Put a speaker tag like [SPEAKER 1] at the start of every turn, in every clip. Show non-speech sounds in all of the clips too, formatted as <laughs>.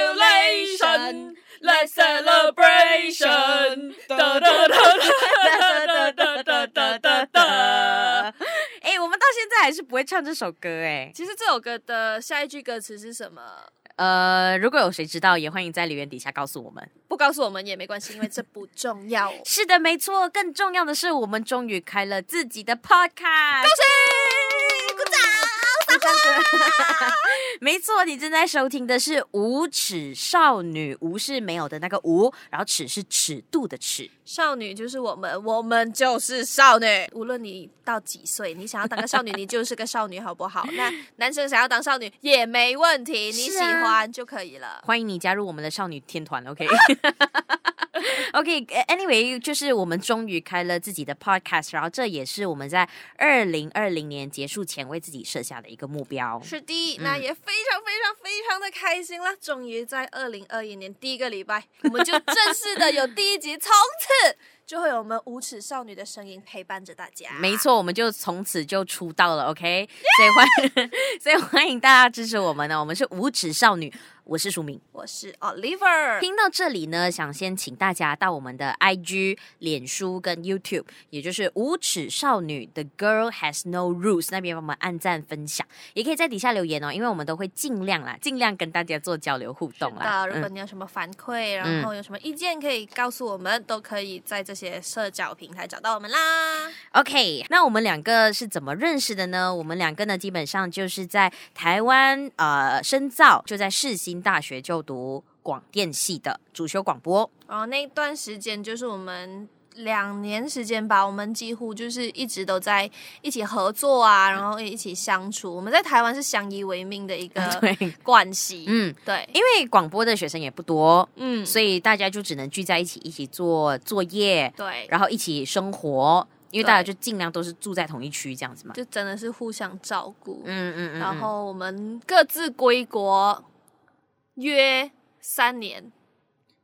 [SPEAKER 1] Congratulations, let's celebration. 哒哒哒哒哒哒哒哒哒 <laughs> 哒。
[SPEAKER 2] 哎、我们到现在还是不会唱这首歌哎、
[SPEAKER 1] 其实这首歌的下一句歌词是什么？
[SPEAKER 2] 呃，如果有谁知道，也欢迎在留言底下告诉我们。
[SPEAKER 1] 不告诉我们也没关系，因为这不重 <laughs> 要。
[SPEAKER 2] 是的，没错。更重要的是，我们终于开了自己的 podcast。
[SPEAKER 1] 鼓掌！
[SPEAKER 2] 这样子没错，你正在收听的是《无耻少女》，无是没有的那个无，然后尺是尺度的尺。
[SPEAKER 1] 少女就是我们，我们就是少女。无论你到几岁，你想要当个少女，你就是个少女，好不好？那男生想要当少女也没问题，你喜
[SPEAKER 2] 是啊
[SPEAKER 1] 欢就可以了。
[SPEAKER 2] 欢迎你加入我们的少女天团，OK？OK，Anyway，、就是呃我们终于开了自己的 Podcast，然后这也是我们在二零二零年结束前为自己设下的一个目标。
[SPEAKER 1] 是的，
[SPEAKER 2] 嗯
[SPEAKER 1] 那也非常非常非常的开心啦！终于在二零二一年第一个礼拜，我们就正式的有第一集，从此就会有我们无耻少女的声音陪伴着大家。
[SPEAKER 2] 没错，我们就从此就出道了，OK？所以欢， <laughs> 所以欢迎大家支持我们呢、我们是无耻少女，我是淑敏。
[SPEAKER 1] 我是 Oliver，
[SPEAKER 2] 听到这里呢，想先请大家到我们的 IG、脸书跟 YouTube，也就是无耻少女 The Girl Has No Rules 那边帮我们按赞分享，也可以在底下留言哦，因为我们都会尽量啦，尽量跟大家做交流互动啦嗯
[SPEAKER 1] 的，。如果你有什么反馈，然后有什么意见可以告诉我们，都可以在这些社交平台找到我们啦。
[SPEAKER 2] OK，那我们两个是怎么认识的呢？我们两个呢，基本上就是在台湾呃深造，就在世新大学就读广电系的，主修广播。
[SPEAKER 1] 然后哦那一段时间就是我们。两年时间吧，我们几乎就是一直都在一起合作啊，然后一起相处。我们在台湾是相依为命的一
[SPEAKER 2] <laughs>
[SPEAKER 1] 个关系。
[SPEAKER 2] 嗯，
[SPEAKER 1] 对，
[SPEAKER 2] 因为广播的学生也不多，
[SPEAKER 1] 嗯，
[SPEAKER 2] 所以大家就只能聚在一起，一起做作业，
[SPEAKER 1] 对，
[SPEAKER 2] 然后一起生活，因为大家
[SPEAKER 1] 对
[SPEAKER 2] 就尽量都是住在同一区这样子嘛。
[SPEAKER 1] 就真的是互相照顾。
[SPEAKER 2] 嗯嗯嗯，
[SPEAKER 1] 然后我们各自归国约三年，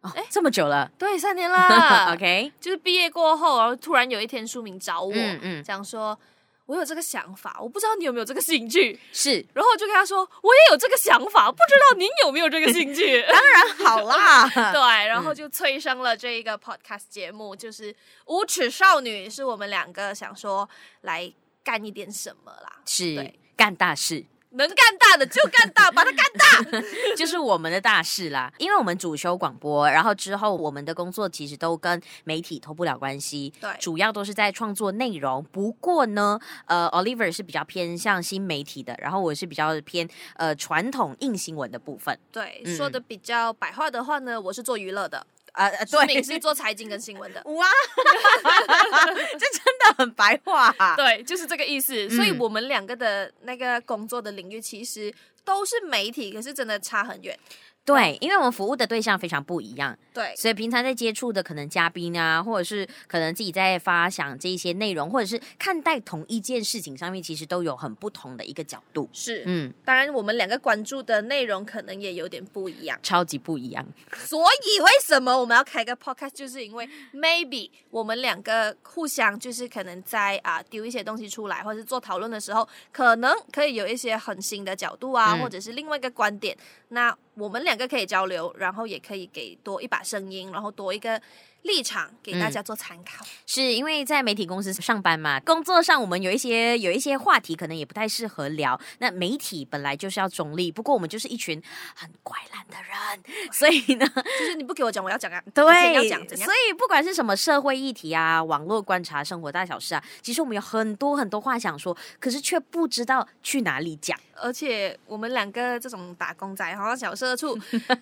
[SPEAKER 2] 哎、哦这么久了
[SPEAKER 1] 对，三年啦。
[SPEAKER 2] <laughs> ，OK，
[SPEAKER 1] 就是毕业过后，然后突然有一天书明找我，
[SPEAKER 2] 嗯嗯，
[SPEAKER 1] 讲说我有这个想法，我不知道你有没有这个兴趣。
[SPEAKER 2] 是
[SPEAKER 1] 然后我就跟他说，我也有这个想法，不知道您有没有这个兴 <laughs> 趣。
[SPEAKER 2] 好啦，
[SPEAKER 1] 对，然后就催生了这一个 podcast 节目，就是《无耻少女》，是我们两个想说来干一点什么啦，
[SPEAKER 2] <laughs> 是
[SPEAKER 1] 对
[SPEAKER 2] 干大事。
[SPEAKER 1] 能干大的就干大，把它干大。
[SPEAKER 2] 就是我们的大事啦，因为我们主修广播，然后之后我们的工作其实都跟媒体脱不了关系，
[SPEAKER 1] 对
[SPEAKER 2] 主要都是在创作内容。不过呢，呃，Oliver 是比较偏向新媒体的，然后我是比较偏呃传统硬新闻的部分。
[SPEAKER 1] <laughs> 对，
[SPEAKER 2] 嗯
[SPEAKER 1] 说的比较白话的话呢，我是做娱乐的，
[SPEAKER 2] 呃，呃
[SPEAKER 1] 书明是做财经跟新闻的。
[SPEAKER 2] 哇， <laughs> 这真的很白话、啊。
[SPEAKER 1] <laughs> 对，就是这个意思。所以
[SPEAKER 2] 嗯
[SPEAKER 1] 我们两个的那个工作的领域其实都是媒体，可是真的差很远。
[SPEAKER 2] 对，因为我们服务的对象非常不一样，
[SPEAKER 1] 对，
[SPEAKER 2] 所以平常在接触的可能嘉宾啊，或者是可能自己在发想这一些内容，或者是看待同一件事情上面，其实都有很不同的一个角度。
[SPEAKER 1] 是，
[SPEAKER 2] 嗯，
[SPEAKER 1] 当然我们两个关注的内容可能也有点不一
[SPEAKER 2] <laughs>
[SPEAKER 1] 样。
[SPEAKER 2] 超级不一样。
[SPEAKER 1] 所以为什么我们要开个 podcast，就是因为 maybe 我们两个互相就是可能在啊、丢一些东西出来，或者是做讨论的时候，可能可以有一些很新的角度啊，
[SPEAKER 2] 嗯
[SPEAKER 1] 或者是另外一个观点。那我们两个可以交流，然后也可以给多一把声音，然后多一个立场给
[SPEAKER 2] 嗯
[SPEAKER 1] 大家做参考。
[SPEAKER 2] 是因为在媒体公司上班嘛，工作上我们有一些有一些话题可能也不太适合聊。那媒体本来就是要中立，不过我们就是一群很怪懒的人，所以呢，
[SPEAKER 1] 就是你不给我讲，我要讲啊，我先要
[SPEAKER 2] 对，
[SPEAKER 1] 讲怎样
[SPEAKER 2] 所？以不管是什么社会议题啊、网络观察、生活大小事啊，其实我们有很多很多话想说，可是却不知道去哪里讲。
[SPEAKER 1] 而且我们两个这种打工仔，好像小
[SPEAKER 2] <laughs>
[SPEAKER 1] 社畜，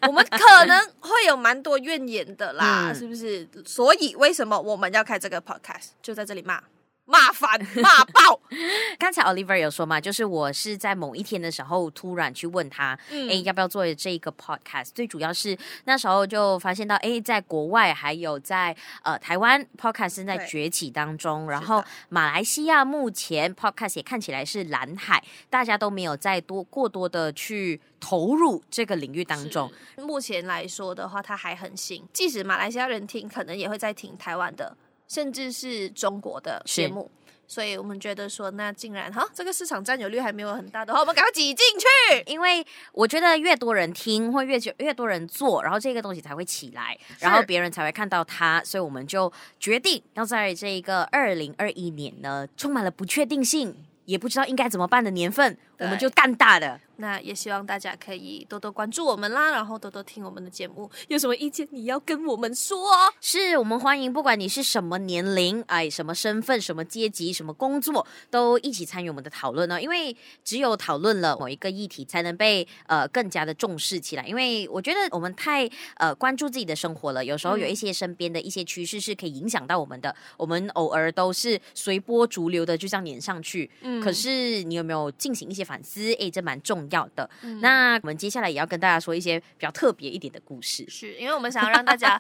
[SPEAKER 1] 我们可能会有蛮多怨言的啦，
[SPEAKER 2] 嗯
[SPEAKER 1] 是不是？所以为什么我们要开这个 podcast，就在这里骂骂烦 <laughs> 骂爆？
[SPEAKER 2] <laughs> 刚才 Oliver 有说嘛，就是我是在某一天的时候突然去问他，
[SPEAKER 1] 嗯
[SPEAKER 2] 哎、要不要做这个 podcast？最主要是那时候就发现到，哎，在国外还有在呃台湾 podcast 正在
[SPEAKER 1] 对
[SPEAKER 2] 崛起当中，然
[SPEAKER 1] 是
[SPEAKER 2] 后
[SPEAKER 1] 的
[SPEAKER 2] 马来西亚目前 podcast 也看起来是蓝海，大家都没有再多过多的去投入这个领域当中。
[SPEAKER 1] 目前来说的话，它还很新，即使马来西亚人听，可能也会在听台湾的，甚至是中国的节目。所以我们觉得说，那竟然哈，这个市场占有率还没有很大的话，我们赶快挤进去。
[SPEAKER 2] 因为我觉得越多人听，或越久越多人做，然后这个东西才会起来，然后别人才会看到它，所以我们就决定要在这一个二零二一年呢，充满了不确定性，也不知道应该怎么办的年份，我
[SPEAKER 1] 对
[SPEAKER 2] 们就干大的。
[SPEAKER 1] 那也希望大家可以多多关注我们啦，然后多多听我们的节目。有什么意见你要跟我们说哦？
[SPEAKER 2] 是我们欢迎，不管你是什么年龄，哎，什么身份、什么阶级、什么工作，都一起参与我们的讨论呢、因为只有讨论了某一个议题，才能被呃更加的重视起来。因为我觉得我们太呃关注自己的生活了，有时候
[SPEAKER 1] 嗯
[SPEAKER 2] 有一些身边的一些趋势是可以影响到我们的，我们偶尔都是随波逐流的就这样撵上去。
[SPEAKER 1] 嗯
[SPEAKER 2] 可是你有没有进行一些反思？哎，这蛮重要的。
[SPEAKER 1] 嗯
[SPEAKER 2] 那我们接下来也要跟大家说一些比较特别一点的故事。
[SPEAKER 1] 是因为我们想要让大 <laughs> 家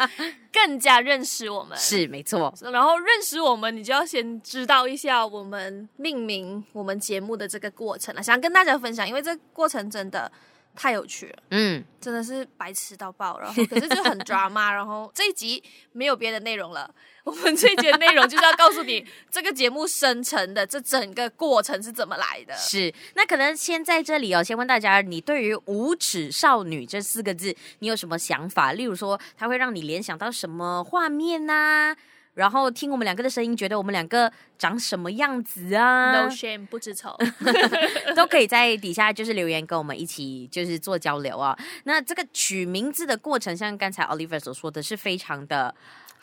[SPEAKER 1] 更加认识我们，
[SPEAKER 2] 是，没错。
[SPEAKER 1] 然后认识我们，你就要先知道一下我们命名我们节目的这个过程了。想跟大家分享，因为这个过程真的太有趣了，
[SPEAKER 2] 嗯，
[SPEAKER 1] 真的是白痴到爆。然 <laughs> 后可是就很 drama，然后这一集没有别的内容了。我们这一集的内容就是要告诉你这个节目生成的这整个过程是怎么来 <laughs> 的。
[SPEAKER 2] 是，那可能先在这里哦，先问大家，你对于“无耻少女”这四个字，你有什么想法？例如说，它会让你联想到什么画面呐、然后听我们两个的声音，觉得我们两个长什么样子
[SPEAKER 1] No <laughs>
[SPEAKER 2] 啊？
[SPEAKER 1] shame，不知丑。
[SPEAKER 2] <laughs> 都可以在底下就是留言跟我们一起就是做交流啊。那这个取名字的过程，像刚才 Oliver 所说的是非常的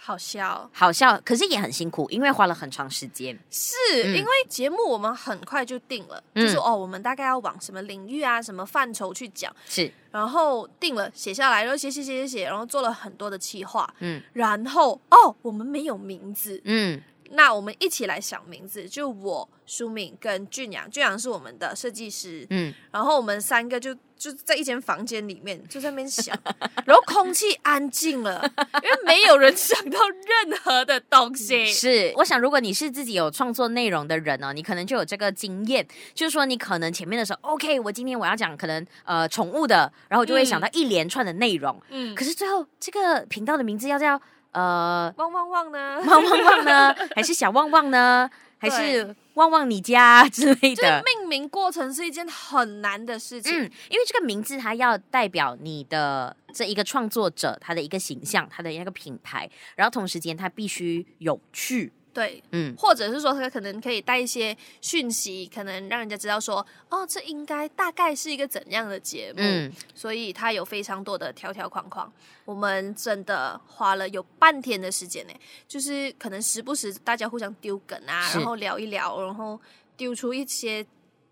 [SPEAKER 1] 好笑，
[SPEAKER 2] 好笑，可是也很辛苦，因为花了很长时间。
[SPEAKER 1] 是、
[SPEAKER 2] 嗯
[SPEAKER 1] 因为节目我们很快就定了，就是哦，我们大概要往什么领域啊、什么范畴去讲，
[SPEAKER 2] 是，
[SPEAKER 1] 然后定了写下来，然后写写写写写，然后做了很多的企划，
[SPEAKER 2] 嗯
[SPEAKER 1] 然后哦，我们没有名字，
[SPEAKER 2] 嗯
[SPEAKER 1] 那我们一起来想名字，就我、舒敏跟俊阳，俊阳是我们的设计师，
[SPEAKER 2] 嗯，
[SPEAKER 1] 然后我们三个就就在一间房间里面就在那
[SPEAKER 2] <laughs>
[SPEAKER 1] 边想，然后空气安静了，因为没有人想到任何的东西，
[SPEAKER 2] 是，我想如果你是自己有创作内容的人哦，你可能就有这个经验，就是说你可能前面的时候，OK，我今天我要讲可能呃宠物的，然后我就会想到一连串的内容，
[SPEAKER 1] 嗯，
[SPEAKER 2] 可是最后这个频道的名字要叫呃
[SPEAKER 1] 汪汪汪呢？
[SPEAKER 2] 旺旺旺呢， <laughs> 还是小旺旺呢，还是旺旺你家 <laughs> 之类
[SPEAKER 1] 就是
[SPEAKER 2] 的。
[SPEAKER 1] 命名过程是一件很难的事情，
[SPEAKER 2] 嗯，因为这个名字它要代表你的这一个创作者他的一个形象，他的那个品牌，然后同时间它必须有趣，
[SPEAKER 1] 对，
[SPEAKER 2] 嗯，
[SPEAKER 1] 或者是说他可能可以带一些讯息，可能让人家知道说，哦，这应该大概是一个怎样的节目，
[SPEAKER 2] 嗯，
[SPEAKER 1] 所以它有非常多的条条框框。我们真的花了有半天的时间呢，就是可能时不时大家互相丢梗啊，
[SPEAKER 2] 是
[SPEAKER 1] 然后聊一聊，然后丢出一些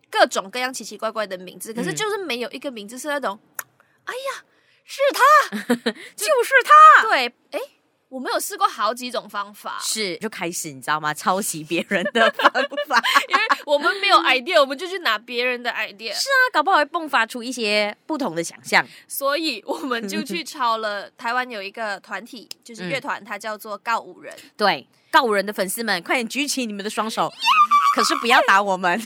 [SPEAKER 1] 各种各样奇奇怪怪的名字，可是
[SPEAKER 2] 嗯
[SPEAKER 1] 就是没有一个名字是那种，哎呀，是他。
[SPEAKER 2] 就是它。，
[SPEAKER 1] 对，哎，我们有试过好几种方法
[SPEAKER 2] <laughs> 是就开始你知道吗？ <laughs> 抄袭别人的方 <laughs> 法，
[SPEAKER 1] 因为我们没有 idea，我们就去拿别人的 idea，
[SPEAKER 2] 那啊搞不好会迸发出一些不同的想象。
[SPEAKER 1] 所以我们就
[SPEAKER 2] <laughs>
[SPEAKER 1] 去抄了台湾有一个团体，就是
[SPEAKER 2] 嗯
[SPEAKER 1] 乐团，它叫做告五人，
[SPEAKER 2] 对，告五人的粉丝们，快点举起你们的双手，可是不要打我 <laughs> 们。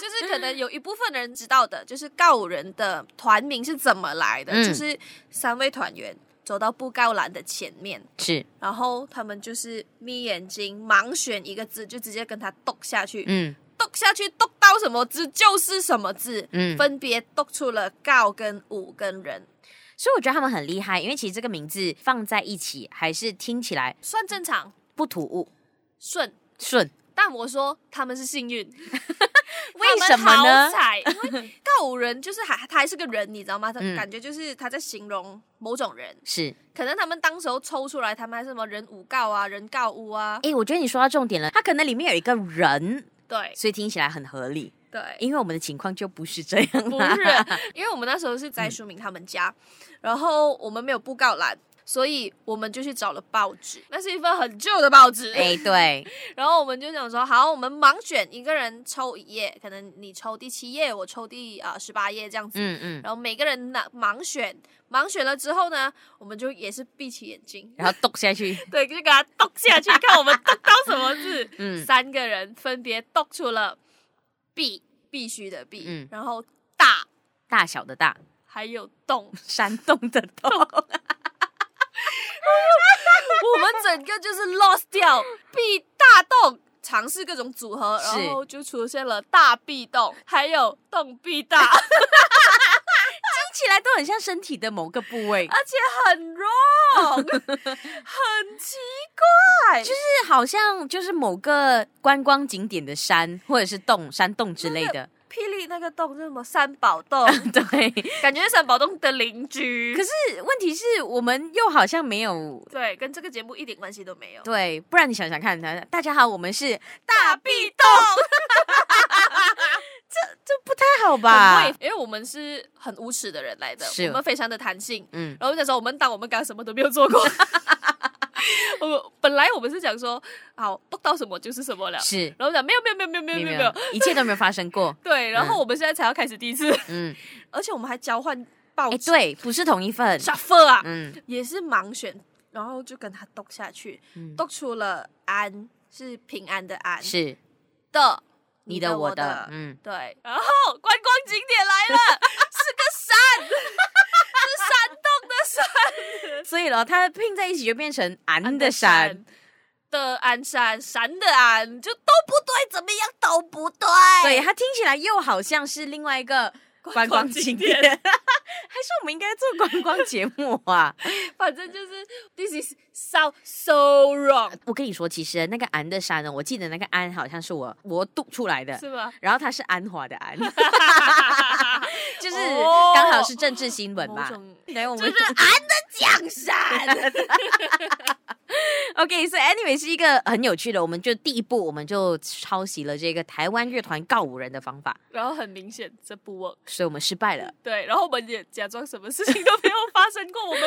[SPEAKER 1] 就是可能有一部分人知道的，就是告五人的团名是怎么来的，
[SPEAKER 2] 嗯
[SPEAKER 1] 就是三位团员走到布告栏的前面。
[SPEAKER 2] 是，
[SPEAKER 1] 然后他们就是眯眼睛，盲选一个字，就直接跟它剁下去，
[SPEAKER 2] 嗯
[SPEAKER 1] 剁下去，剁到什么字就是什么字。
[SPEAKER 2] 嗯，
[SPEAKER 1] 分别读出了告跟五跟人，
[SPEAKER 2] 所以我觉得他们很厉害，因为其实这个名字放在一起，还是听起来
[SPEAKER 1] 算正常
[SPEAKER 2] 不突兀
[SPEAKER 1] 顺。
[SPEAKER 2] 顺。
[SPEAKER 1] 但我说他们是
[SPEAKER 2] <laughs>
[SPEAKER 1] 幸运，
[SPEAKER 2] 为什么
[SPEAKER 1] 他们好
[SPEAKER 2] 呢？
[SPEAKER 1] 彩，因
[SPEAKER 2] <laughs>
[SPEAKER 1] 为告五人就是还他还是个人，你知道吗？他
[SPEAKER 2] 嗯
[SPEAKER 1] 感觉就是他在形容某种人，
[SPEAKER 2] 是，
[SPEAKER 1] 可能他们当时候抽出来，他们还是什么人五告啊，人告五啊，
[SPEAKER 2] 哎，我觉得你说到重点了，它可能里面有一个人，
[SPEAKER 1] 对
[SPEAKER 2] 所以听起来很合理。
[SPEAKER 1] 对，
[SPEAKER 2] 因为我们的情况就不是这样、
[SPEAKER 1] 不
[SPEAKER 2] 啊， <laughs>
[SPEAKER 1] 是，因为我们那时候是在书明他们家，然后我们没有布告栏，所以我们就去找了报纸，那是一份很旧的报
[SPEAKER 2] <laughs>
[SPEAKER 1] 纸，
[SPEAKER 2] 哎，对，
[SPEAKER 1] 然后我们就想说，好，我们盲选一个人抽一页，可能你抽第七页，我抽第啊十八页这样子。
[SPEAKER 2] 嗯嗯，
[SPEAKER 1] 然后每个人拿盲选，盲选了之后呢，我们就也是闭起眼睛，
[SPEAKER 2] 然后 <laughs> 剁下去，
[SPEAKER 1] 对，就给他 <laughs> 剁下去，看我们 <laughs> 剁到什么字。
[SPEAKER 2] 嗯
[SPEAKER 1] 三个人分别剁出了必必须的必，
[SPEAKER 2] 嗯
[SPEAKER 1] 然后大
[SPEAKER 2] 大小的大，
[SPEAKER 1] 还有
[SPEAKER 2] <laughs>
[SPEAKER 1] 动，
[SPEAKER 2] 山洞的洞，
[SPEAKER 1] 我们整个就是 lost 掉，必大动。尝试各种组合，
[SPEAKER 2] 是
[SPEAKER 1] 然后就出现了大壁洞，还有洞壁大，
[SPEAKER 2] <laughs>
[SPEAKER 1] 而
[SPEAKER 2] 起来都很像身体的某个部位，
[SPEAKER 1] 且很 wrong，很奇怪，就是
[SPEAKER 2] 是好像就是某个观光景点的山或者是洞、山洞之类的。
[SPEAKER 1] 霹雳那个洞是什么三宝洞，
[SPEAKER 2] <laughs> 对，
[SPEAKER 1] 感觉是三宝洞的邻居
[SPEAKER 2] 可。是问题是我们又好像没有
[SPEAKER 1] 对，跟这个节目一点关系都没有。
[SPEAKER 2] 对，不然你想想看，大家好，我们是
[SPEAKER 1] 大壁洞
[SPEAKER 2] 太好
[SPEAKER 1] 很
[SPEAKER 2] 吧
[SPEAKER 1] 会？，因为我们是很无耻的人来的，
[SPEAKER 2] 是
[SPEAKER 1] 我们非常的弹性。
[SPEAKER 2] 嗯，
[SPEAKER 1] 然后那时候我们当我们刚什么都没有做
[SPEAKER 2] <laughs>
[SPEAKER 1] 过。我本来我们是讲说，好不到什么就是什么了，
[SPEAKER 2] 是，
[SPEAKER 1] 然后讲没有没有没有没有没有没有没有，，
[SPEAKER 2] 一切都没有发生过。
[SPEAKER 1] 对，然后我们现在才要开始第一次，
[SPEAKER 2] <laughs> 嗯，
[SPEAKER 1] 而且我们还交换报
[SPEAKER 2] 哎，
[SPEAKER 1] 纸，
[SPEAKER 2] 对，不是同一份。
[SPEAKER 1] s h u f f l e 啊，
[SPEAKER 2] 嗯
[SPEAKER 1] 也是盲选，然后就跟他斗下去，
[SPEAKER 2] 嗯，
[SPEAKER 1] 斗出了安是平安的安
[SPEAKER 2] 是
[SPEAKER 1] 的，
[SPEAKER 2] 你的我的，嗯，
[SPEAKER 1] 对，然后观光景点来了，是个山，是山洞的山。
[SPEAKER 2] 所以咯，它拼在一起就变成俺
[SPEAKER 1] 安
[SPEAKER 2] 的山。
[SPEAKER 1] 的安山，山的安，就都不对，怎么样都不对。 <laughs>
[SPEAKER 2] 对，，它听起来又好像是另外一个哎观光景点，
[SPEAKER 1] 观
[SPEAKER 2] <laughs> 还是我们应该做观光节目啊？
[SPEAKER 1] 反正就是 this is so so wrong，
[SPEAKER 2] <laughs> 我跟你说，其实那个俺的山呢，我记得那个俺好像是我我读出来的，
[SPEAKER 1] 是
[SPEAKER 2] <laughs>
[SPEAKER 1] 吗？
[SPEAKER 2] 然后它是安华的 <laughs> 安，就是
[SPEAKER 1] 哦
[SPEAKER 2] 刚好是政治新闻嘛
[SPEAKER 1] 某。种
[SPEAKER 2] 对，我 <laughs>
[SPEAKER 1] 就
[SPEAKER 2] 们
[SPEAKER 1] 是安的江山，
[SPEAKER 2] OK，所以 anyway 是一个很有趣的，我们就第一步我们就抄袭了这个台湾乐团告五人的方法，
[SPEAKER 1] 然后很明显这不 work，
[SPEAKER 2] 所以我们失败了。
[SPEAKER 1] 对，然后我们也假装什么事情都没有发生过，我们不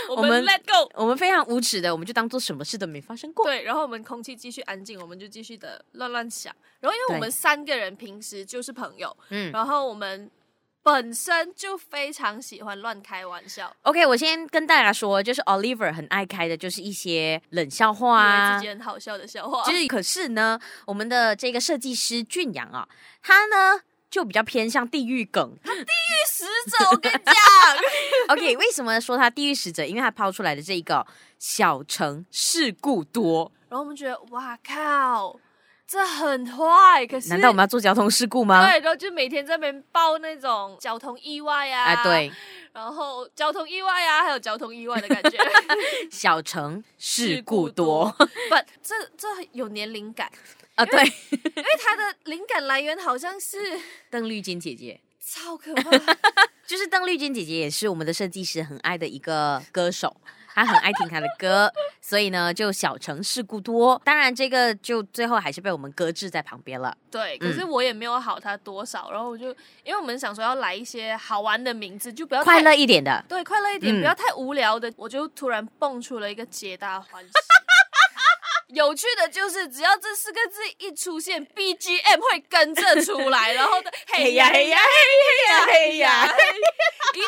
[SPEAKER 1] fun，我
[SPEAKER 2] 我们
[SPEAKER 1] 们 let go，
[SPEAKER 2] 我们非常无耻的，我们就当做什么事都没发生过。
[SPEAKER 1] 对，然后我们空气继续安静，我们就继续的乱乱想。然后因为
[SPEAKER 2] 对
[SPEAKER 1] 我们三个人平时就是朋友，
[SPEAKER 2] 嗯
[SPEAKER 1] 然后我们本身就非常喜欢乱开玩笑，
[SPEAKER 2] ，OK，我先跟大家说，就是 Oliver 很爱开的就是一些冷笑话
[SPEAKER 1] 以为
[SPEAKER 2] 啊
[SPEAKER 1] 自己，很好笑的哦笑话。 <laughs>
[SPEAKER 2] 就是可是呢，我们的这个设计师俊阳啊，他呢就比较偏向地狱梗，
[SPEAKER 1] <laughs> 死者，我跟你讲，
[SPEAKER 2] OK，为什么说它地狱使者？因为它抛出来的这一个小城事故多，
[SPEAKER 1] <laughs> 然后我们觉得哇靠，这很坏。可是
[SPEAKER 2] 难道我们要做交通事故吗？
[SPEAKER 1] 对，然后就每天在那边报那种交通意外啊，
[SPEAKER 2] 啊，，对，
[SPEAKER 1] 然后交通意外啊，还有交通意外的感觉， <laughs>
[SPEAKER 2] 小城事故多
[SPEAKER 1] 不，这这有年龄感，
[SPEAKER 2] <laughs>
[SPEAKER 1] <laughs>
[SPEAKER 2] 啊，对，
[SPEAKER 1] 因为它的灵感来源好像是
[SPEAKER 2] 邓丽君姐姐。
[SPEAKER 1] 超可怕。 <laughs>
[SPEAKER 2] 就是邓丽君姐姐也是我们的设计师很爱的一个歌手，她很爱听她的歌，所以呢，就小城事故多。当然，这个就最后还是被我们搁置在旁边了。
[SPEAKER 1] 对，可是我也没有好他多少，然后我就因为我们想说要来一些好玩的名字，就不要太
[SPEAKER 2] 快乐一点的，
[SPEAKER 1] 对，快乐一点，
[SPEAKER 2] 嗯
[SPEAKER 1] 不要太无聊的。我就突然蹦出了一个皆大欢 <laughs> 喜。有趣的就是，只要这四个字一出现，BGM 会跟着出 <laughs> 来，然后的嘿呀嘿呀嘿呀嘿呀，一定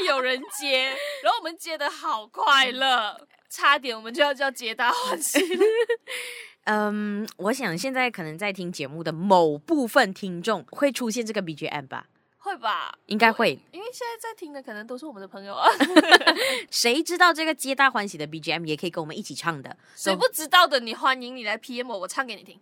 [SPEAKER 1] 会有人接。然后我们接的好快乐，差点我们就要叫皆大欢 <laughs> 喜了。
[SPEAKER 2] 嗯，我想现在可能在听节目的某部分听众会出现这个 BGM 吧，
[SPEAKER 1] 会吧？
[SPEAKER 2] 应该会。
[SPEAKER 1] 因为现在在听的可能都是我们的朋友啊， <laughs>
[SPEAKER 2] 谁知道这个皆大欢喜的 BGM 也可以跟我们一起唱的，
[SPEAKER 1] 谁不知道的你欢迎你来 PM 我，我唱给你 <laughs> 听。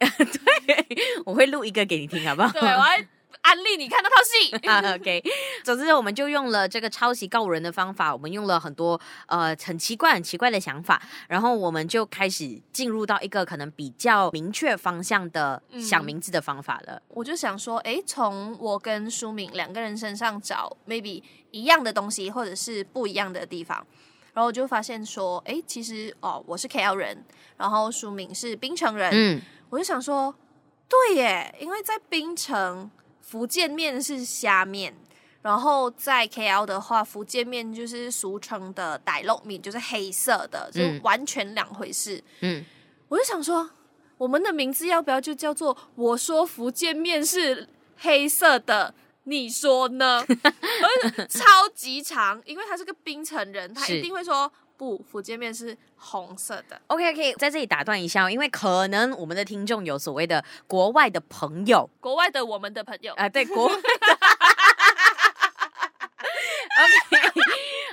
[SPEAKER 2] 我会录一个给你听，好
[SPEAKER 1] <laughs>
[SPEAKER 2] 不好？
[SPEAKER 1] 对，我还安利你看那套戏。
[SPEAKER 2] 啊 OK，总之我们就用了这个抄袭告人的方法，我们用了很多呃很奇怪、很奇怪的想法，然后我们就开始进入到一个可能比较明确方向的
[SPEAKER 1] 嗯
[SPEAKER 2] 想名字的方法了。
[SPEAKER 1] 我就想说，诶，从我跟舒敏两个人身上找 maybe 一样的东西，或者是不一样的地方。然后我就发现说，诶，其实哦，我是 KL 人，然后舒敏是槟城人。
[SPEAKER 2] 嗯，
[SPEAKER 1] 我就想说，对耶，因为在槟城，福建面是虾面，然后在 KL 的话，福建面就是俗称的傣肉面，就是黑色的，就
[SPEAKER 2] 嗯
[SPEAKER 1] 完全两回事。
[SPEAKER 2] 嗯，
[SPEAKER 1] 我就想说，我们的名字要不要就叫做“我说福建面是黑色的”。你说呢？ <laughs> 我就超级长，因为他是个槟城人，他
[SPEAKER 2] 是
[SPEAKER 1] 一定会说不，福建面是红色的。
[SPEAKER 2] OK OK，在这里打断一下哦，因为可能我们的听众有所谓的国外的朋友啊
[SPEAKER 1] 国外的我们
[SPEAKER 2] <laughs>
[SPEAKER 1] 的朋友，
[SPEAKER 2] 啊、对国外的。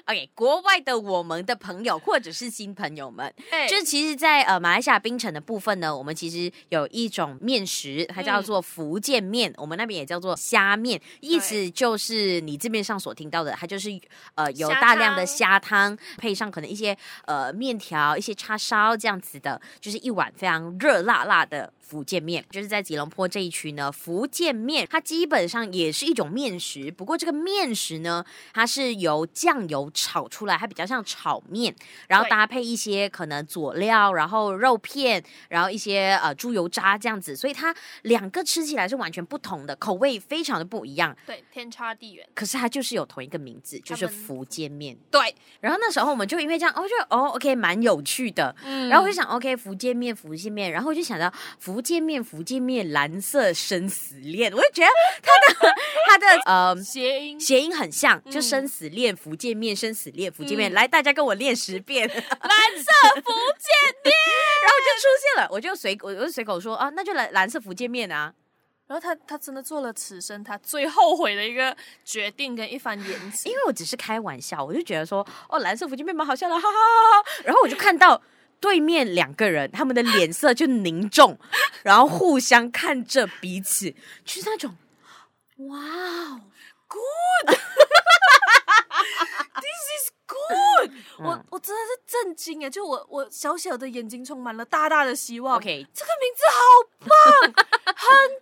[SPEAKER 2] OK，国外的我们的朋友或者是新朋友们，
[SPEAKER 1] 哎
[SPEAKER 2] 就是其实在，呃马来西亚槟城的部分呢，我们其实有一种面食，它叫做福建面，我们那边也叫做虾面，意思就是你字面上所听到的，它就是呃有
[SPEAKER 1] 虾
[SPEAKER 2] 大量的
[SPEAKER 1] 汤
[SPEAKER 2] 虾汤，配上可能一些呃面条、一些叉烧这样子的，就是一碗非常热辣辣的。福建面就是在吉隆坡这一区呢，福建面它基本上也是一种面食，不过这个面食呢，它是由酱油炒出来，它比较像炒面，然后
[SPEAKER 1] 对
[SPEAKER 2] 搭配一些可能佐料，然后肉片，然后一些呃猪油渣这样子，所以它两个吃起来是完全不同的，口味非常的不一样。
[SPEAKER 1] 对天差地远。
[SPEAKER 2] 可是它就是有同一个名字，就是
[SPEAKER 1] 他们
[SPEAKER 2] 福建面。
[SPEAKER 1] 对，
[SPEAKER 2] 然后那时候我们就因为这样，哦，就哦，OK，蛮有趣的。
[SPEAKER 1] 嗯
[SPEAKER 2] 然后我就想，OK，福建面，福建面，然后我就想到福建面，福建面，蓝色生死恋，我就觉得它的 <laughs> 它的呃
[SPEAKER 1] 谐音
[SPEAKER 2] 谐音很像，就
[SPEAKER 1] 嗯
[SPEAKER 2] 生死恋、福建面、生死恋、福建面。
[SPEAKER 1] 嗯
[SPEAKER 2] 来，大家跟我练十遍， <laughs> 然后
[SPEAKER 1] 蓝色福建，
[SPEAKER 2] 就出现了。我就随我就随口说啊，那就蓝蓝色福建面啊。
[SPEAKER 1] <laughs> 然后他他真的做了此生他最后悔的一个决定跟一番言辞
[SPEAKER 2] 因，为我只是开玩笑，我就觉得说哦，蓝色福建面蛮好笑的，哈哈哈哈。然后我就看到。对面两个人，他们的脸色就凝重，然后互相看着彼此，就是那种，哇哦，
[SPEAKER 1] <laughs> Good，、
[SPEAKER 2] 嗯
[SPEAKER 1] 我我真的是震惊哎！就我我小小的眼睛充满了大大的希望。
[SPEAKER 2] ，OK，
[SPEAKER 1] 这个名字好 <laughs> 棒，很
[SPEAKER 2] <laughs>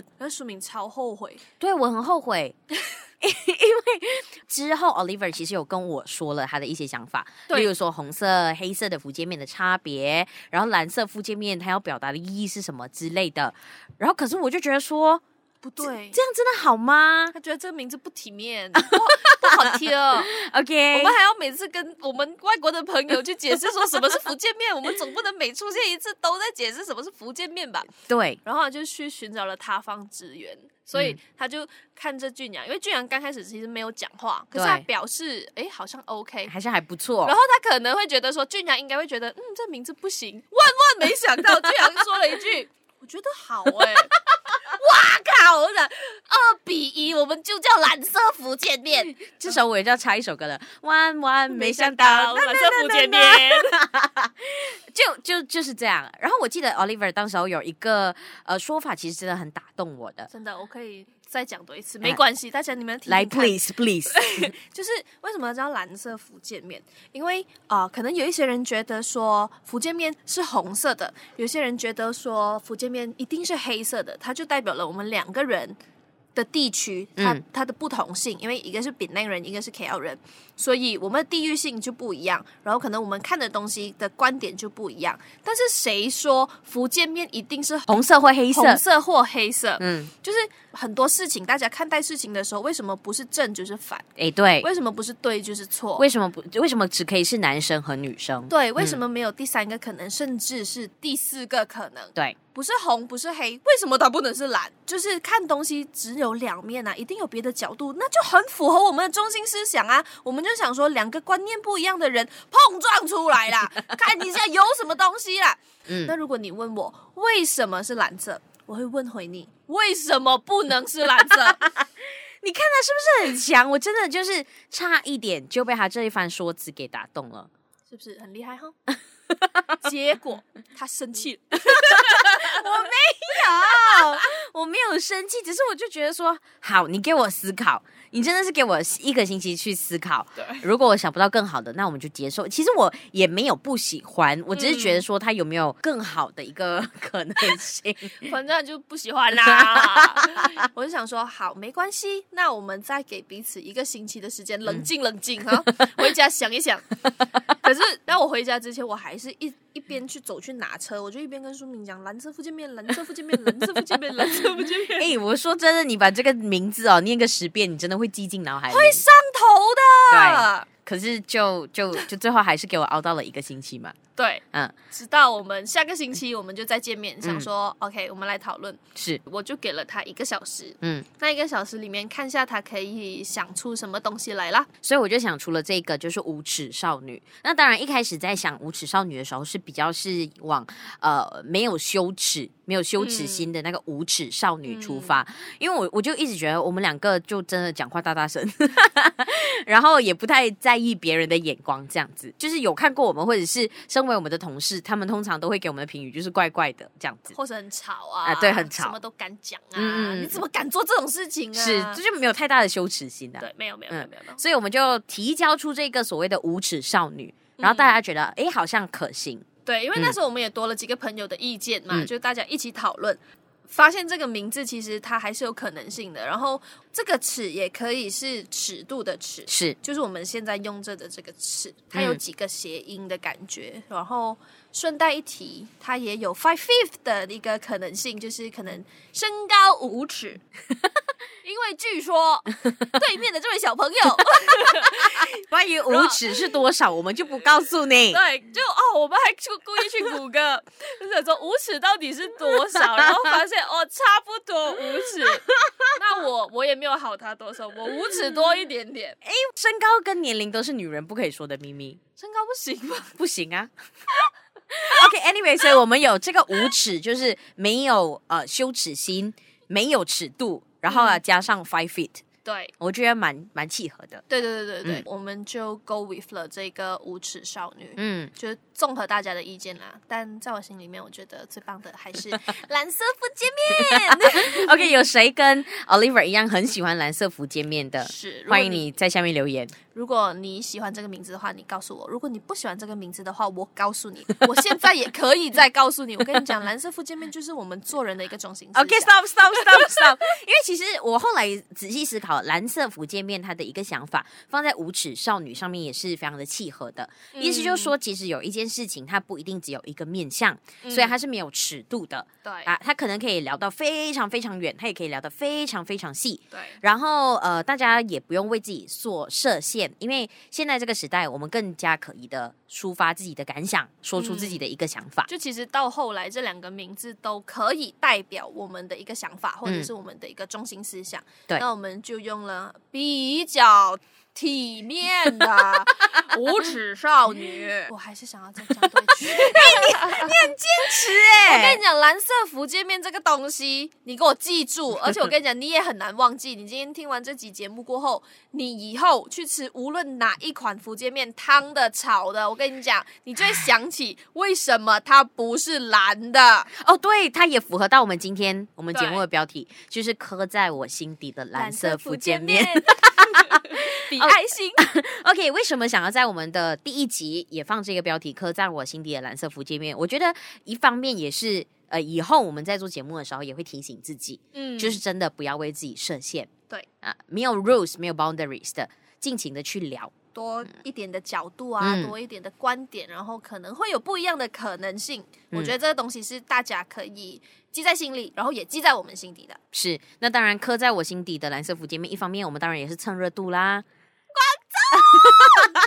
[SPEAKER 1] 酷。然后书敏超后悔，
[SPEAKER 2] 对我很后悔， <laughs> 因为之后 Oliver 其实有跟我说了他的一些想法，
[SPEAKER 1] 对
[SPEAKER 2] 例如说红色、黑色的福建面的差别，然后蓝色福建面它要表达的意义是什么之类的。然后可是我就觉得说，
[SPEAKER 1] 不对，
[SPEAKER 2] 这样真的好吗
[SPEAKER 1] 他觉得这个名字不体面，
[SPEAKER 2] <laughs>
[SPEAKER 1] 不不好听。我
[SPEAKER 2] ？OK，
[SPEAKER 1] 们还要每次跟我们外国的朋友去解释说什么是福建面，我们总不能每出现一次都在解释什么是福建面吧？
[SPEAKER 2] 对，
[SPEAKER 1] 然后就去寻找了他方支援，所
[SPEAKER 2] 嗯
[SPEAKER 1] 以他就看着俊阳，因为俊阳刚开始其实没有讲话，可是他
[SPEAKER 2] 对哦
[SPEAKER 1] 表示哎好像 OK，
[SPEAKER 2] 还是还不错
[SPEAKER 1] 然。后他可能会觉得说，俊阳应该会觉得，嗯，这名字不行。万万没想到，俊阳说了一句：“ <laughs> 我觉得好
[SPEAKER 2] <laughs>
[SPEAKER 1] 哎、哇靠！我想二比一，我们就叫蓝色福建面，
[SPEAKER 2] 这时候我也就要插一首歌了，万万没想到，
[SPEAKER 1] 蓝色福建面。
[SPEAKER 2] 就就就是这样。然后我记得 Oliver 当时候有一个呃说法，其实真的很打动我的”。
[SPEAKER 1] 真的，我可以再讲多一次，没关系，大家你们听听
[SPEAKER 2] 来
[SPEAKER 1] 看
[SPEAKER 2] ，please please，
[SPEAKER 1] 就是为什么叫蓝色福建面？因为啊、呃可能有一些人觉得说福建面是红色的，有些人觉得说福建面一定是黑色的，它就代表了我们两个人的地区，它、
[SPEAKER 2] 嗯
[SPEAKER 1] 它的不同性，因为一个是闽南人，一个是 KL 人，所以我们的地域性就不一样，然后可能我们看的东西的观点就不一样。但是谁说福建面一定是
[SPEAKER 2] <laughs> 红色或黑色，
[SPEAKER 1] 红色或黑色？
[SPEAKER 2] 嗯，
[SPEAKER 1] 就是很多事情，大家看待事情的时候，为什么不是正就是反？
[SPEAKER 2] 哎、对，
[SPEAKER 1] 为什么不是对就是错？
[SPEAKER 2] 为什嗯么不？为什么只可以是男生和女生？
[SPEAKER 1] 对，为什么没有第三个可能，甚至是第四个可能？
[SPEAKER 2] 对
[SPEAKER 1] 不是红，不是黑，为什么它不能是蓝？就是看东西只有两面啊，一定有别的角度，那就很符合我们的中心思想啊。我们就想说，两个观念不一样的人 <laughs> 碰撞出
[SPEAKER 2] <laughs>
[SPEAKER 1] 来啦，看一下有什么东西啦。
[SPEAKER 2] 嗯
[SPEAKER 1] 那如果你问我为什么是蓝色，我会问回你，为什么不能是蓝
[SPEAKER 2] <laughs>
[SPEAKER 1] 色？
[SPEAKER 2] 你看他是不是很强？我真的就是差一点就被他这一番说辞给打动了。
[SPEAKER 1] 是不是很厉害哈？结果他生气了。
[SPEAKER 2] 我没有生气，只是我就觉得说，好，你给我思考，你真的是给我一个星期去思考。
[SPEAKER 1] 对
[SPEAKER 2] 如果我想不到更好的，那我们就接受。其实我也没有不喜欢，我只是觉得说他有没有更好的一个 <laughs> 可能性。 <laughs>
[SPEAKER 1] <laughs> 反正就不喜欢 <laughs> 啦。我就想说，好，没关系，那我们再给彼此一个星期的时间，冷静冷静 <laughs> 哈，回家想一想。可是，当我回家之前，我还是一一边去走去拿车，我就一边跟书明讲蓝色附件面，蓝色附件面，蓝色附件面，蓝 <laughs> 色附件面，
[SPEAKER 2] 哎、我说真的，你把这个名字哦念个十遍，你真的会记进脑海里。
[SPEAKER 1] 上头的。
[SPEAKER 2] 可是就就就最后还是给我熬到了一个星期嘛。
[SPEAKER 1] 对，
[SPEAKER 2] 嗯，
[SPEAKER 1] 直到我们下个星期我们就再见面，想说 OK，我们来讨论。
[SPEAKER 2] 是，
[SPEAKER 1] 我就给了他一个小时，
[SPEAKER 2] 嗯，
[SPEAKER 1] 那一个小时里面看一下他可以想出什么东西来啦。
[SPEAKER 2] 所以我就想，除了这个，就是无耻少女。那当然，一开始在想无耻少女的时候，是比较是往呃没有羞耻、没有羞耻心的那个无耻少女出发，因为我我就一直觉得我们两个就真的讲话大大声， <laughs> 然后也不太在意别人的眼光，这样子。就是有看过我们，或者是身为我们的同事，他们通常都会给我们的评语就是怪怪的这样子。
[SPEAKER 1] 或者很吵啊，
[SPEAKER 2] 啊对很吵
[SPEAKER 1] 什么都敢讲啊，
[SPEAKER 2] 嗯嗯嗯
[SPEAKER 1] 你怎么敢做这种事情啊？
[SPEAKER 2] 是，这就没有太大的羞耻心的、
[SPEAKER 1] 对，没有没有没有
[SPEAKER 2] 嗯
[SPEAKER 1] 没有，没有
[SPEAKER 2] 所以我们就提交出这个所谓的无耻少女，然后大家觉得哎、诶好像可行，
[SPEAKER 1] 对，因为那时候我们也多了几个朋友的意见嘛，
[SPEAKER 2] 嗯
[SPEAKER 1] 就大家一起讨论。发现这个名字其实它还是有可能性的，然后这个尺也可以是尺度的尺，
[SPEAKER 2] 是
[SPEAKER 1] 就是我们现在用着的这个尺，它有几个谐音的感觉。然后顺带一提，它也有 five fifth 的一个可能性，就是可能身高五尺，因为据 <laughs> 说对面的这位小朋 <laughs> 友，
[SPEAKER 2] 关于无耻是多少，我们就不告诉你。
[SPEAKER 1] 对，就哦，我们还去故意去谷歌，就想说五尺到底是多少，然后发现哦，差不多五尺。那我我也没有好他多少，我五尺多一点点，
[SPEAKER 2] <laughs> 身高跟年龄都是女人不可以说的秘密，
[SPEAKER 1] <laughs> 身高不行吗？
[SPEAKER 2] 不行啊。OK，anyway，、所以我们有这个无耻，就是没有呃羞耻心，没有尺度，然后啊加上 five feet，
[SPEAKER 1] 对，
[SPEAKER 2] 我觉得蛮蛮契合的。
[SPEAKER 1] 对对对对对，
[SPEAKER 2] 嗯
[SPEAKER 1] 我们就 go with 了这个无耻少女。
[SPEAKER 2] 嗯，
[SPEAKER 1] 就是综合大家的意见啦，但在我心里面，我觉得最棒的还是 <laughs> 蓝色不见面。
[SPEAKER 2] <laughs> OK，有谁跟 Oliver 一样很喜欢蓝色福见面的？
[SPEAKER 1] 是，如果
[SPEAKER 2] 欢迎。你在下面留言。
[SPEAKER 1] 如果你喜欢这个名字的话，你告诉我；如果你不喜欢这个名字的话，我告诉你， <laughs> 我现在也可以再告诉你。我跟你讲，蓝色不见面就是我们做人的一个中心思想。
[SPEAKER 2] OK，stop stop stop stop，因为其实我后来仔细思考，蓝色福界面它的一个想法放在无耻少女上面也是非常的契合的。意思就是说，其实有一件事情，它不一定只有一个面向，所以它是没有尺度的
[SPEAKER 1] 嗯对
[SPEAKER 2] 啊，它可能可以聊到非常非常远，它也可以聊到非常非常细。
[SPEAKER 1] 对，
[SPEAKER 2] 然后呃，大家也不用为自己所设限，因为现在这个时代，我们更加可以的抒发自己的感想，说出自己的一个想法。
[SPEAKER 1] 就其实到后来，这两个名字都可以代表我们的一个想法，或者是我们的一个中心思想。
[SPEAKER 2] 对
[SPEAKER 1] 那我们就用了比较体面的无耻少女。 <laughs> 我还是想要再讲多一 <laughs> 句。
[SPEAKER 2] 是
[SPEAKER 1] 我
[SPEAKER 2] 欸
[SPEAKER 1] 跟你讲，蓝色福界面这个东西，你给我
[SPEAKER 2] <laughs>
[SPEAKER 1] 记住，而且我跟你讲，你也很难忘记。你今天听完这集节目过后，你以后去吃无论哪一款福界面，汤的、炒的，我跟你讲，你就会想起为什么它不是蓝的。
[SPEAKER 2] <laughs> 哦，对，它也符合到我们今天我们节
[SPEAKER 1] 对
[SPEAKER 2] 目的标题，就是刻在我心底的蓝色福建面。
[SPEAKER 1] 面，比爱心。
[SPEAKER 2] <laughs> OK，为什么想要在我们的第一集也放这个标题，刻在我心底的蓝色福建面？我觉得一方面也是。呃，以后我们在做节目的时候，也会提醒自己，
[SPEAKER 1] 嗯
[SPEAKER 2] 就是真的不要为自己设限。
[SPEAKER 1] 对
[SPEAKER 2] 啊，没有 rules，没有 boundaries 的，尽情的去聊。
[SPEAKER 1] 多一点的角度啊，
[SPEAKER 2] 嗯
[SPEAKER 1] 多一点的观点，然后可能会有不一样的可能性。
[SPEAKER 2] 嗯
[SPEAKER 1] 我觉得这个东西是大家可以记在心里，然后也记在我们心底的。
[SPEAKER 2] 是，那当然刻在我心底的蓝色福建面，一方面我们当然也是蹭热度啦。 <laughs> 广州，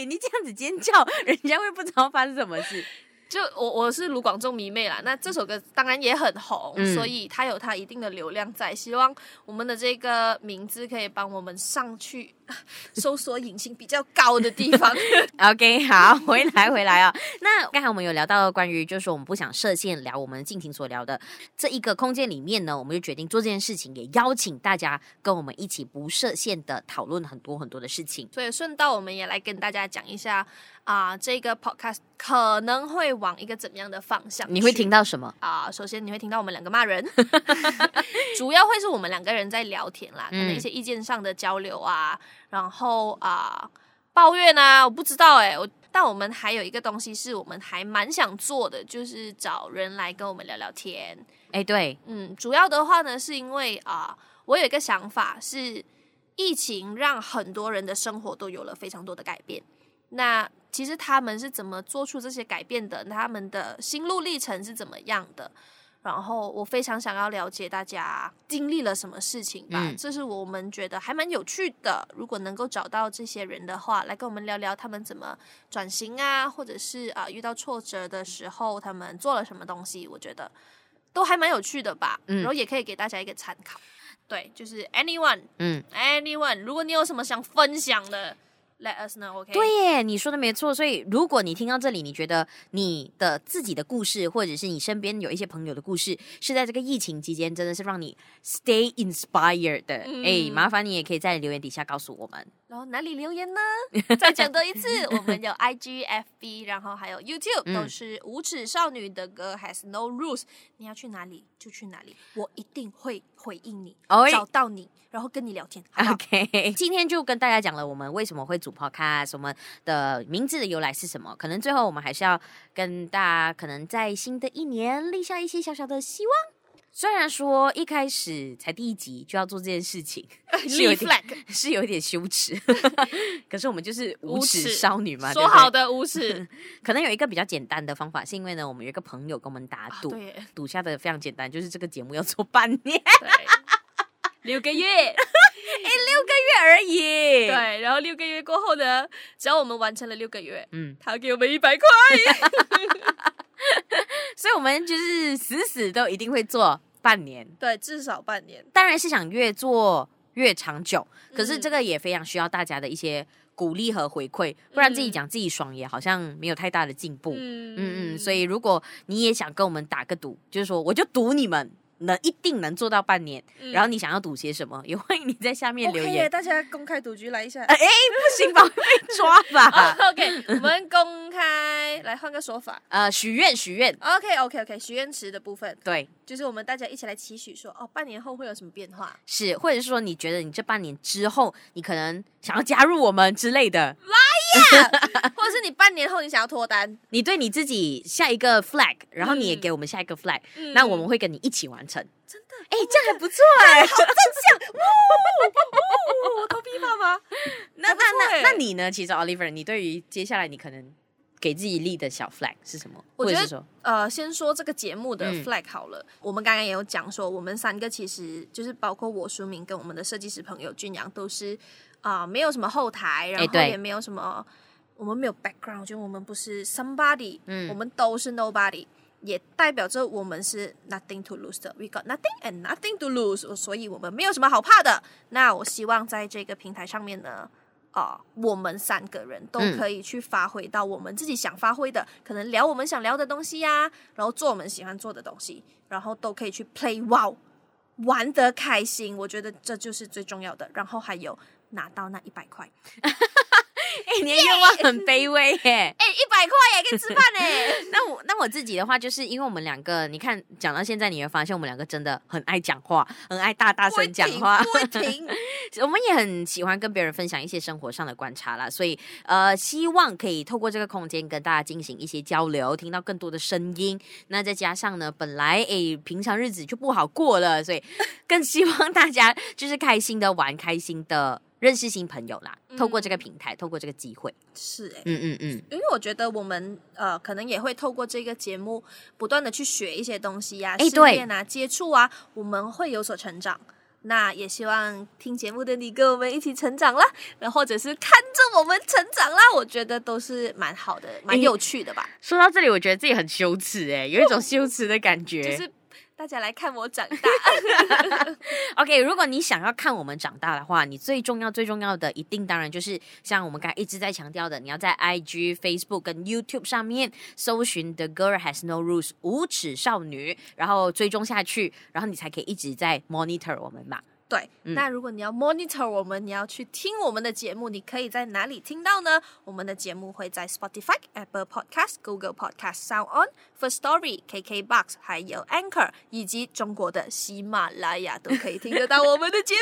[SPEAKER 2] 哎、你这样子尖叫，人家会不知道发生什么事。
[SPEAKER 1] 就我我是卢广仲迷妹啦，那这首歌当然也很红，
[SPEAKER 2] 嗯
[SPEAKER 1] 所以它有它一定的流量在。希望我们的这个名字可以帮我们上去搜索引擎比较高的地
[SPEAKER 2] <laughs>
[SPEAKER 1] 方。
[SPEAKER 2] OK，好，回来回来啊、那刚才我们有聊到关于，就是说我们不想设限聊我们尽情所聊的这一个空间里面呢，我们就决定做这件事情，也邀请大家跟我们一起不设限的讨论很多很多的事情。
[SPEAKER 1] 所以顺道我们也来跟大家讲一下啊、这个 podcast 可能会往一个怎么样的方向去？
[SPEAKER 2] 你会听到什么？
[SPEAKER 1] 啊、首先你会听到我们两个骂人， <laughs> 主要会是我们两个人在聊天啦，可能
[SPEAKER 2] 嗯
[SPEAKER 1] 一些意见上的交流啊，然后啊、抱怨啊，我不知道哎、我但我们还有一个东西是我们还蛮想做的，就是找人来跟我们聊聊天。
[SPEAKER 2] 哎，对，
[SPEAKER 1] 嗯，主要的话呢，是因为啊、我有一个想法是，疫情让很多人的生活都有了非常多的改变。那其实他们是怎么做出这些改变的？他们的心路历程是怎么样的？然后我非常想要了解大家经历了什么事情吧，
[SPEAKER 2] 嗯
[SPEAKER 1] 这是我们觉得还蛮有趣的。如果能够找到这些人的话，来跟我们聊聊他们怎么转型啊，或者是啊、遇到挫折的时候他们做了什么东西，我觉得都还蛮有趣的吧。
[SPEAKER 2] 嗯
[SPEAKER 1] 然后也可以给大家一个参考。对，就是 anyone
[SPEAKER 2] 嗯，
[SPEAKER 1] anyone，如果你有什么想分享的，let us know，OK？、
[SPEAKER 2] 对耶，你说的没错。所以，如果你听到这里，你觉得你的自己的故事，或者是你身边有一些朋友的故事，是在这个疫情期间真的是让你 stay inspired 的，哎、
[SPEAKER 1] 嗯
[SPEAKER 2] 麻烦你也可以在留言底下告诉我们。
[SPEAKER 1] 然后哪里留言
[SPEAKER 2] <laughs>
[SPEAKER 1] 呢？再讲多一次，我们有 IG、FB，然后还有 YouTube，、
[SPEAKER 2] 嗯
[SPEAKER 1] 都是无耻少女的歌 Has No Rules。你要去哪里就去哪里，我一定会回应你，
[SPEAKER 2] 哎
[SPEAKER 1] 找到你，然后跟你
[SPEAKER 2] <laughs>
[SPEAKER 1] 聊天，好不好
[SPEAKER 2] OK，今天就跟大家讲了我们为什么会组 Podcast，我们的名字的由来是什么。可能最后我们还是要跟大家，可能在新的一年立下一些小小的希望。虽然说一开始才第一集就要做这件事情，是有
[SPEAKER 1] 呃立
[SPEAKER 2] 一点
[SPEAKER 1] flag，
[SPEAKER 2] <laughs> 是有一点羞
[SPEAKER 1] <laughs>
[SPEAKER 2] 耻，可是我们就是无
[SPEAKER 1] 无
[SPEAKER 2] 耻
[SPEAKER 1] 耻
[SPEAKER 2] 少女嘛。
[SPEAKER 1] 说
[SPEAKER 2] 对不对
[SPEAKER 1] 好的无耻，
[SPEAKER 2] 可能有一个比较简单的方法，是因为呢，我们有一个朋友跟我们打 <laughs> 赌，
[SPEAKER 1] 啊对
[SPEAKER 2] <laughs>
[SPEAKER 1] 耶
[SPEAKER 2] 赌下的非常简单，就是这个节目要做半年
[SPEAKER 1] 对，六个月，
[SPEAKER 2] 而已。，
[SPEAKER 1] 对，然后六个月过后呢，只要我们完成了六个月，
[SPEAKER 2] 嗯，
[SPEAKER 1] 他给我们一百块。
[SPEAKER 2] 所以我们就是死死都一定会做半年，
[SPEAKER 1] 对，至少半年。
[SPEAKER 2] 当然是想越做越长久，可是
[SPEAKER 1] 嗯
[SPEAKER 2] 这个也非常需要大家的一些鼓励和回馈，不然自己讲自己爽也好像没有太大的进步。
[SPEAKER 1] 嗯
[SPEAKER 2] 嗯嗯，所以如果你也想跟我们打个赌，就是说我就赌你们能一定能做到半年，
[SPEAKER 1] 嗯
[SPEAKER 2] 然后你想要赌些什么，也欢迎你在下面留
[SPEAKER 1] OK
[SPEAKER 2] 言哎
[SPEAKER 1] 耶，。大家公开赌局来一下。 <laughs>
[SPEAKER 2] 不行吧，会被抓吧？
[SPEAKER 1] o k 我们公开来换个说法。
[SPEAKER 2] <laughs> 呃，许愿许愿，
[SPEAKER 1] OK OK OK，许愿池的部分
[SPEAKER 2] 对，
[SPEAKER 1] 就是我们大家一起来期许说，哦，半年后会有什么变
[SPEAKER 2] <laughs>
[SPEAKER 1] 化？
[SPEAKER 2] 是，或者是说你觉得你这半年之后，你可能想要加入我们之类的，
[SPEAKER 1] 或者是你半年后你想要脱单？
[SPEAKER 2] 你对你自己下一个 flag，然后你也
[SPEAKER 1] 嗯
[SPEAKER 2] 给我们下一个 flag，、
[SPEAKER 1] 嗯
[SPEAKER 2] 那我们会跟你一起完成。
[SPEAKER 1] 真的
[SPEAKER 2] 哎、这样还不错哎、
[SPEAKER 1] 哦，头皮发麻。
[SPEAKER 2] 那
[SPEAKER 1] 还
[SPEAKER 2] <laughs>
[SPEAKER 1] 不
[SPEAKER 2] 那
[SPEAKER 1] 错
[SPEAKER 2] 那
[SPEAKER 1] 欸
[SPEAKER 2] 那你呢？其实 Oliver，你对于接下来你可能给自己立的小 flag 是什么？
[SPEAKER 1] 我
[SPEAKER 2] 或
[SPEAKER 1] 觉
[SPEAKER 2] 者是
[SPEAKER 1] 得 <laughs>
[SPEAKER 2] 说，
[SPEAKER 1] 呃，先说这个节目的
[SPEAKER 2] 嗯
[SPEAKER 1] flag 好了。我们刚刚也有讲说，我们三个其实就是包括我、舒明跟我们的设计师朋友俊阳，都是啊、呃没有什么后台，然后
[SPEAKER 2] 哎对
[SPEAKER 1] 也没有什么，我们没有 background，就我们不是 somebody，、
[SPEAKER 2] 嗯
[SPEAKER 1] 我们都是 nobody。也代表着我们是 nothing to lose 的，we got nothing and nothing to lose，所以我们没有什么好怕的。那我希望在这个平台上面呢，啊、我们三个人都
[SPEAKER 2] 嗯
[SPEAKER 1] 可以去发挥到我们自己想发挥的，可能聊我们想聊的东西呀、然后做我们喜欢做的东西，然后都可以去 play wow，玩得开心，我觉得这就是最重要的。然后还有拿到那一百块，
[SPEAKER 2] 哎、你的愿望很卑微耶、
[SPEAKER 1] <laughs> 哎，一百块耶，可以吃饭呢。
[SPEAKER 2] 那我那我自己的话，就是因为我们两个，你看讲到现在，你会发现我们两个真的很爱讲话，很爱大大
[SPEAKER 1] <laughs> 不会
[SPEAKER 2] 声讲
[SPEAKER 1] 停
[SPEAKER 2] 话
[SPEAKER 1] 不。会 <laughs> 停。
[SPEAKER 2] 我们也很喜欢跟别人分享一些生活上的观察啦，所以呃，希望可以透过这个空间跟大家进行一些交流，听到更多的声音。那再加上呢，本来诶平常日子就不好过了， <laughs> 所以更希望大家就是开心的玩，开心的认识新朋友啦。透过这个
[SPEAKER 1] 嗯
[SPEAKER 2] 平台，透过这个机会，
[SPEAKER 1] 是哎、
[SPEAKER 2] 嗯嗯嗯，
[SPEAKER 1] 因为我觉得我们呃，可能也会透过这个节目不断的去学一些东西呀、
[SPEAKER 2] 哎
[SPEAKER 1] 试
[SPEAKER 2] 对
[SPEAKER 1] 验啊、接触啊，我们会有所成长。那也希望听节目的你跟我们一起成长啦，然后或者是看着我们成长啦，我觉得都是蛮好的、蛮有趣的吧。
[SPEAKER 2] 说到这里，我觉得自己很羞耻诶，有一种羞耻的感觉，
[SPEAKER 1] 就是大家来看我长大，
[SPEAKER 2] <laughs> OK，如果你想要看我们长大的话，你最重要最重要的一定当然就是像我们刚才一直在强调的，你要在 IG、Facebook 跟 YouTube 上面搜寻 The Girl Has No Rules 无耻少女，然后追踪下去，然后你才可以一直在 monitor 我们嘛。
[SPEAKER 1] 对，
[SPEAKER 2] 嗯
[SPEAKER 1] 那如果你要 monitor 我们，你要去听我们的节目，你可以在哪里听到呢？我们的节目会在 Spotify、Apple Podcast、Google Podcast、Sound On、First Story、KKBox，还有 Anchor，以及中国的喜马拉雅都可以听得到我们的节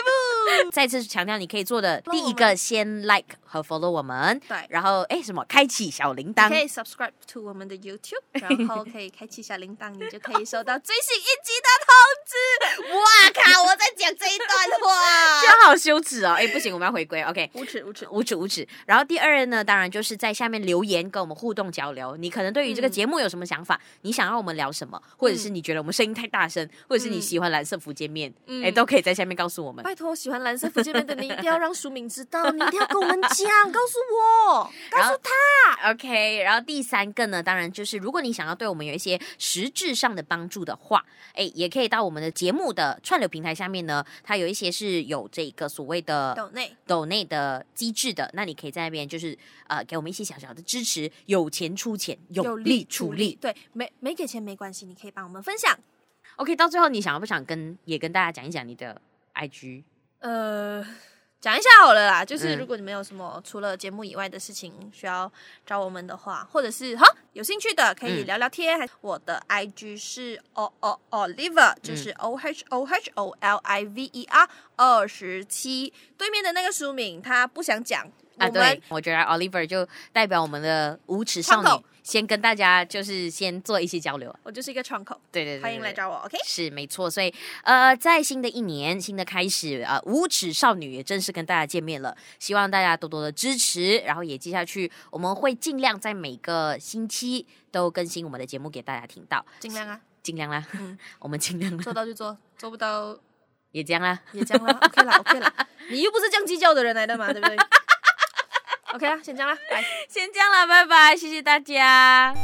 [SPEAKER 1] 目。
[SPEAKER 2] 再次强调，你可以做的第一
[SPEAKER 1] 我
[SPEAKER 2] 个先 like 和 follow 我们，
[SPEAKER 1] <laughs> 对。
[SPEAKER 2] 然后哎什么开启小铃铛
[SPEAKER 1] 你可。以 subscribe to 我们的 YouTube，然 <laughs> 后可以开启小铃铛，你就可以收到最新一集的通知。哇靠！我在讲这一段，乱哇！
[SPEAKER 2] 这样好羞耻哦！哎，不行，我们要回归。OK，
[SPEAKER 1] <laughs> 无耻无耻，
[SPEAKER 2] 无耻无耻。然后第二呢，当然就是在下面留言跟我们互动交流。你可能对于
[SPEAKER 1] 嗯
[SPEAKER 2] 这个节目有什么想法？你想让我们聊什么？或者是你觉得我们声音太大声，或者是你喜欢蓝色福建面，哎、
[SPEAKER 1] 嗯
[SPEAKER 2] 都可以在下面告诉我们。
[SPEAKER 1] 拜托，喜欢蓝色福建面的你一定要让淑敏知道，你一定要跟我们讲，告诉 <laughs> 我，告
[SPEAKER 2] 然
[SPEAKER 1] 诉
[SPEAKER 2] 后
[SPEAKER 1] 他。
[SPEAKER 2] OK，然后第三个呢，当然就是如果你想要对我们有一些实质上的帮助的话，哎，也可以到我们的节目的串流平台下面呢，它有一些是有这个所谓的
[SPEAKER 1] 抖内，
[SPEAKER 2] 抖内的机制的，那你可以在那边就是呃给我们一些小小的支持，有钱出钱，有力出力。
[SPEAKER 1] 对，没没给钱没关系，你可以帮我们分享。
[SPEAKER 2] OK，到最后你想要不想跟也跟大家讲一讲你的 IG？
[SPEAKER 1] 呃，讲一下好了啦，就是
[SPEAKER 2] 嗯
[SPEAKER 1] 如果你们有什么、除了节目以外的事情需要找我们的话，或者是哈有兴趣的可以
[SPEAKER 2] 嗯
[SPEAKER 1] 聊聊天。还我的 IG 是 o o oliver，就是 o h o h o l i v e r 二十七。对面的那个书名他不想讲，
[SPEAKER 2] 啊，
[SPEAKER 1] 我们
[SPEAKER 2] 对，我觉得 Oliver 就代表我们的无耻少
[SPEAKER 1] 窗
[SPEAKER 2] 女
[SPEAKER 1] 口，
[SPEAKER 2] 先跟大家就是先做一些交流。
[SPEAKER 1] 我就是一个窗口，
[SPEAKER 2] 对对对对
[SPEAKER 1] 欢迎来
[SPEAKER 2] 对
[SPEAKER 1] 找我。OK，
[SPEAKER 2] 是没错，所以呃，在新的一年、新的开始啊、呃无耻少女也正式跟大家见面了。希望大家多多的支持，然后也接下去我们会尽量在每个星期都更新我们的节目给大家听到，
[SPEAKER 1] 尽量啊，
[SPEAKER 2] 尽量啦，
[SPEAKER 1] 嗯
[SPEAKER 2] <laughs> 我们尽量啦，
[SPEAKER 1] 做到就做，做不到
[SPEAKER 2] 也这样啦。
[SPEAKER 1] 也这样啦，OK 啦，OK 啦，你又不是这样计较的人来的嘛，对不对？OK 啊，先这样啦，拜。
[SPEAKER 2] 先这样啦，拜拜，谢谢大家。